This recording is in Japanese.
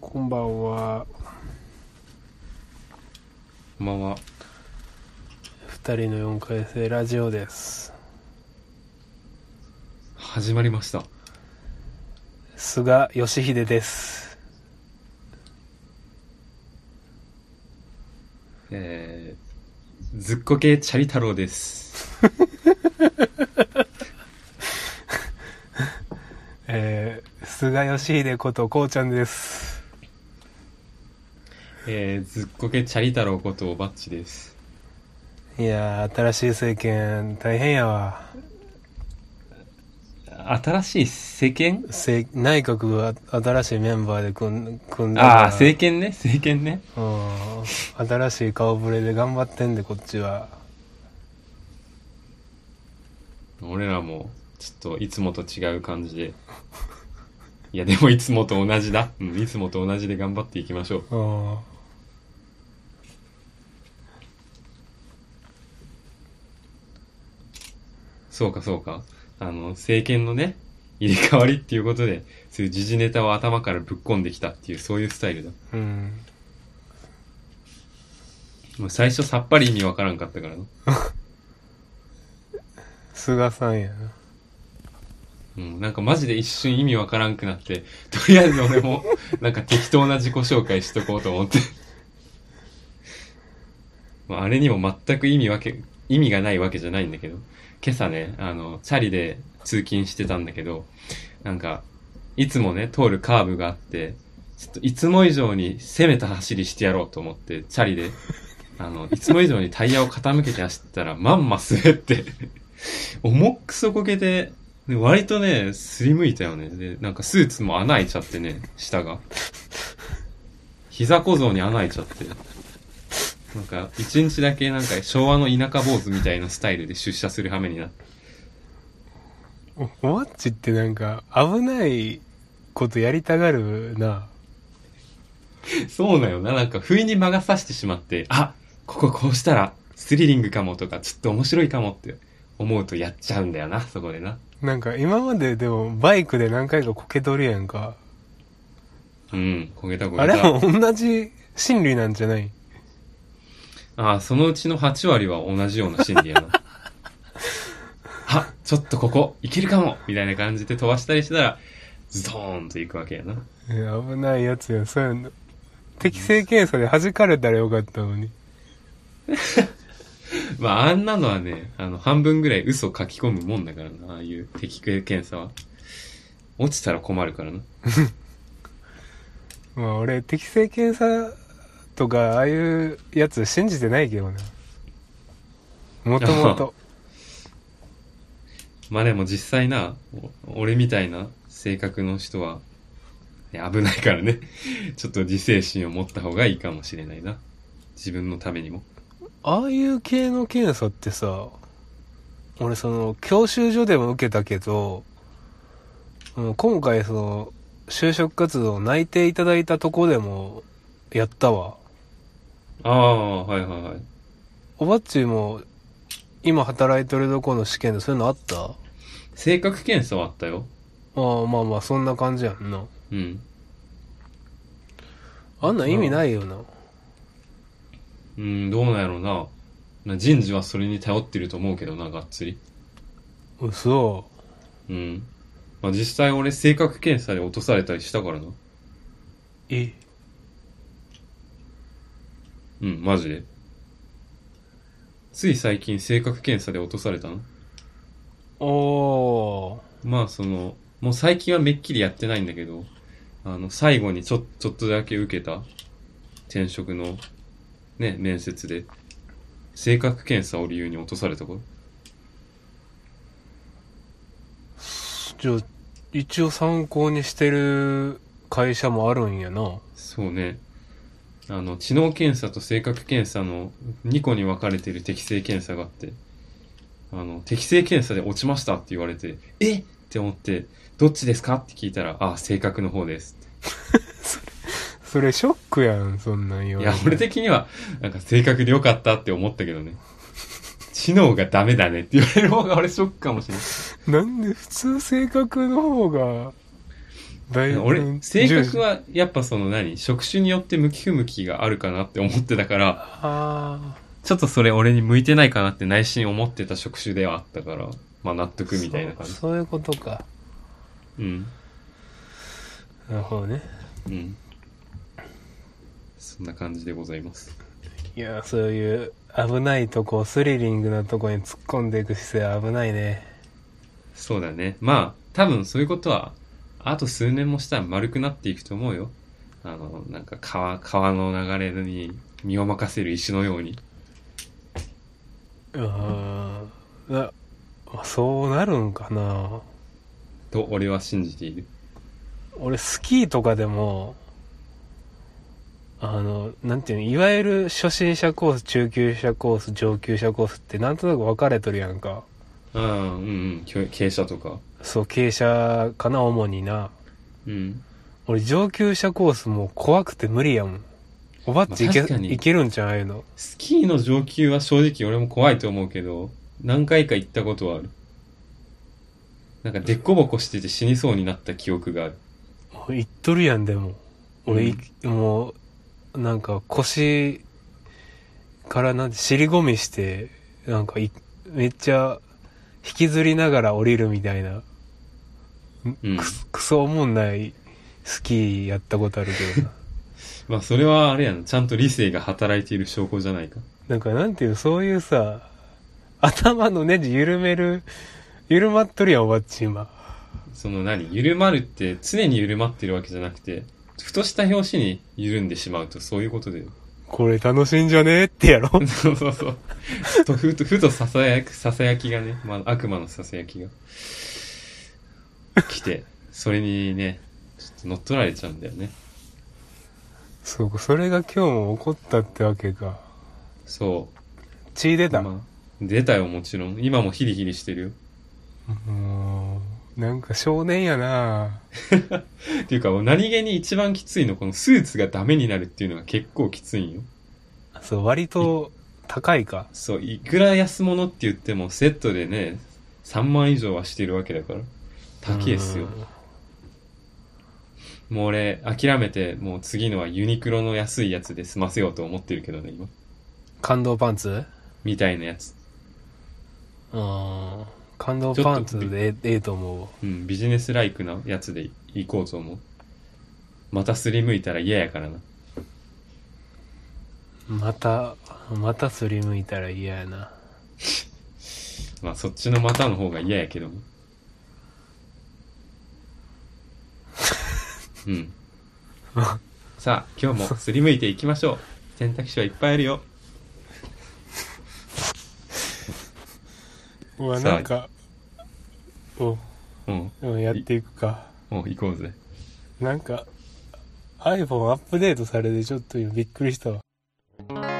こんばんは。こんばんは。二人の4回生ラジオです。始まりました。菅義偉です。えー、ずっこけチャリ太郎です。えー、菅義偉ことこうちゃんです。えー、ずっこけチャリ太郎ことバッチです。いやー、新しい政権大変やわ。新しい世間せ内閣が新しいメンバーで組ん組んだからああ、政権ね、政権ね。うん。新しい顔ぶれで頑張ってんで、こっちは。俺らも、ちょっといつもと違う感じで。いや、でもいつもと同じだ。うん、いつもと同じで頑張っていきましょう。うん。そうか、そうか。あの、政権のね、入れ替わりっていうことで、そういう時事ネタを頭からぶっ込んできたっていう、そういうスタイルだ。うん。もう最初さっぱり意味わからんかったからな。菅さんやな。うん、なんかマジで一瞬意味わからんくなって、とりあえず俺も、なんか適当な自己紹介しとこうと思って。まあ、あれにも全く意味わけ、意味がないわけじゃないんだけど、今朝ね、あの、チャリで通勤してたんだけど、なんか、いつもね、通るカーブがあって、ちょっといつも以上に攻めた走りしてやろうと思って、チャリで、あの、いつも以上にタイヤを傾けて走ったら、まんま滑って、重くそこけて、で割とね、すりむいたよね。で、なんかスーツも穴開いちゃってね、下が。膝小僧に穴開いちゃって。なんか、一日だけなんか昭和の田舎坊主みたいなスタイルで出社する羽目になって。マッチってなんか、危ないことやりたがるな。そうなよな。なんか、不意に魔が差してしまって、あこここうしたら、スリリングかもとか、ちょっと面白いかもって思うとやっちゃうんだよな、そこでな。なんか今まででもバイクで何回かこけとるやんか。うん、焦げた焦げた。あれも同じ心理なんじゃないああ、そのうちの8割は同じような心理 やな。あ、ちょっとここ、いけるかもみたいな感じで飛ばしたりしたら、ズドーンといくわけやな。いや危ないやつや。そういうの。適正検査で弾かれたらよかったのに。まあ、あんなのはね、あの、半分ぐらい嘘書き込むもんだからな、ああいう適正検査は。落ちたら困るからな。まあ俺、適正検査とか、ああいうやつ信じてないけどな。もともと。まあでも実際な、お俺みたいな性格の人は、いや危ないからね。ちょっと自制心を持った方がいいかもしれないな。自分のためにも。ああいう系の検査ってさ、俺その、教習所でも受けたけど、うん今回その、就職活動内定いただいたとこでも、やったわ。ああ、はいはいはい。おばっちも、今働いてるとこの試験でそういうのあったあ性格検査はあったよ。あ、まあまあ、そんな感じやんな。うん。あんなん意味ないよな。うん、どうなんやろうな。な人事はそれに頼ってると思うけどな、がっつり。嘘。うん。まあ、実際俺性格検査で落とされたりしたからな。えうん、マジで。つい最近性格検査で落とされたのおー。まあその、もう最近はめっきりやってないんだけど、あの、最後にちょ、ちょっとだけ受けた転職のね、面接で、性格検査を理由に落とされたから。じゃあ、一応参考にしてる会社もあるんやな。そうね。あの、知能検査と性格検査の2個に分かれている適性検査があって、あの、適性検査で落ちましたって言われて、えって思って、どっちですかって聞いたら、あ、性格の方ですって。それショックやん、そんなん言わいれやて、俺的には、なんか性格でよかったって思ったけどね。知能がダメだねって言われる方が俺ショックかもしれない。なんで普通性格の方がだいぶ俺、性格はやっぱその何職種によって向き不向きがあるかなって思ってたから、あちょっとそれ俺に向いてないかなって内心思ってた職種ではあったから、まあ納あ得みたいな感じそ。そういうことかうん。なるほどねうん。そんな感じでございます。いやそういう危ないとこスリリングなとこに突っ込んでいく姿勢は危ないねそうだね。まあ、多分そういうことは、あと数年もしたら丸くなっていくと思うよ。あの、なんか川、川の流れに身を任せる石のように。うーんなまあそうなるんかなと、俺は信じている。俺スキーとかでもあのなんていうのいわゆる初心者コース中級者コース上級者コースってなんとなく分かれとるやんかうん、うん、うん。きょ傾斜とか。そう傾斜かな主になうん。俺上級者コースもう怖くて無理やもんおばっちいけ,、まあ確かにいけるんちゃうああいうのスキーの上級は正直俺も怖いと思うけど、何回か行ったことはある。なんか、でっこぼこしてて死にそうになった記憶がある。もう行っとるやんでも俺、いもうなんか腰からなんて尻込みしてなんかいめっちゃ引きずりながら降りるみたいなうん。くすくそおもんないスキーやったことあるけどな まあ、それはあれやな。ちゃんと理性が働いている証拠じゃないか。なんかなんていうのそういうさ頭のネジ緩める緩まっとるやんおばっち今その何緩まるって常に緩まってるわけじゃなくて、ふとした拍子に緩んでしまうとそういうことだよ。これ楽しいんじゃねえってやろ そうそうそう。とふと、ふとささやく、ささやきがね、まあ、悪魔のささやきが来て、それにね、ちょっと乗っ取られちゃうんだよね。そうかそれが今日も起こったってわけかそう。血出た、まあ、出たよ、もちろん。今もヒリヒリしてるよ。もうなんか少年やなっていうか、何気に一番きついの、このスーツがダメになるっていうのが結構きついんよ。そう割と高いかそう、いくら安物って言っても、セットでね、3万以上はしてるわけだから。高いっすよ。もう俺、諦めて、もう次のはユニクロの安いやつで済ませようと思ってるけどね、今。感動パンツみたいなやつ。うん感動パンツでええええと思ううん、ビジネスライクなやつで行こうと思う。またすりむいたら嫌やからな。またまたすりむいたら嫌やなまあ、そっちの股の方が嫌やけども。うん。さあ、今日もすりむいていきましょう。選択肢はいっぱいあるよ。うわさあなんかおうん、うんやっていくかうん、行こうぜ。なんか iPhone アップデートされてちょっと今びっくりしたわ